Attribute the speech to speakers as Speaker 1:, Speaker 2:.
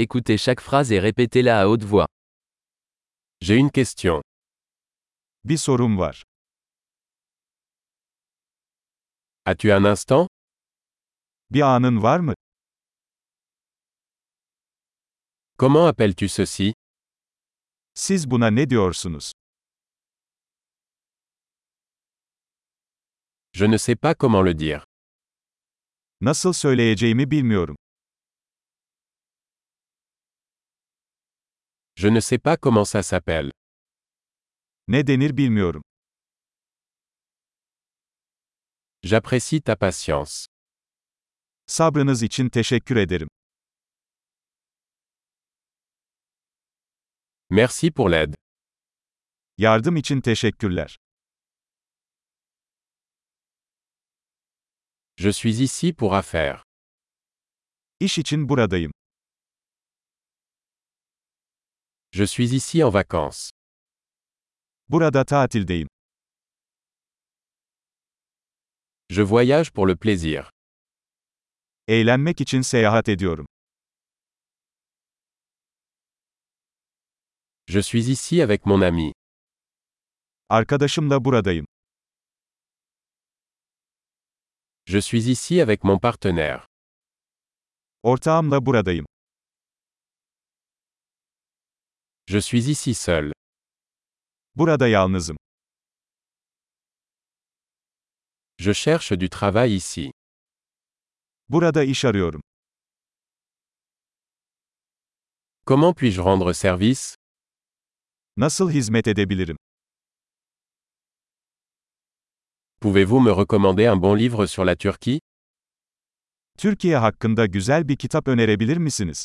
Speaker 1: Écoutez chaque phrase et répétez-la à haute voix. J'ai une question.
Speaker 2: Bir sorum var.
Speaker 1: As-tu un instant
Speaker 2: Bir anın var mı?
Speaker 1: Comment appelles-tu ceci
Speaker 2: Siz buna ne diyorsunuz?
Speaker 1: Je ne sais pas comment le dire.
Speaker 2: Nasıl söyleyeceğimi bilmiyorum.
Speaker 1: Je ne sais pas comment ça s'appelle.
Speaker 2: Ne denir bilmiyorum.
Speaker 1: J'apprécie ta patience.
Speaker 2: Sabrınız için teşekkür ederim.
Speaker 1: Merci pour l'aide.
Speaker 2: Yardım için teşekkürler.
Speaker 1: Je suis ici pour affaires.
Speaker 2: İş için buradayım.
Speaker 1: Je suis ici en vacances.
Speaker 2: Burada tatildeyim.
Speaker 1: Je voyage pour le plaisir.
Speaker 2: Eğlenmek için seyahat ediyorum.
Speaker 1: Je suis ici avec mon ami.
Speaker 2: Arkadaşımla buradayım.
Speaker 1: Je suis ici avec mon partenaire.
Speaker 2: Ortağımla buradayım.
Speaker 1: Je suis ici seul.
Speaker 2: Burada yalnızım.
Speaker 1: Je cherche du travail ici.
Speaker 2: Burada iş arıyorum.
Speaker 1: Comment puis-je rendre service
Speaker 2: Nasıl hizmet edebilirim?
Speaker 1: Pouvez-vous me recommander un bon livre sur la Turquie
Speaker 2: Türkiye hakkında güzel bir kitap önerebilir misiniz?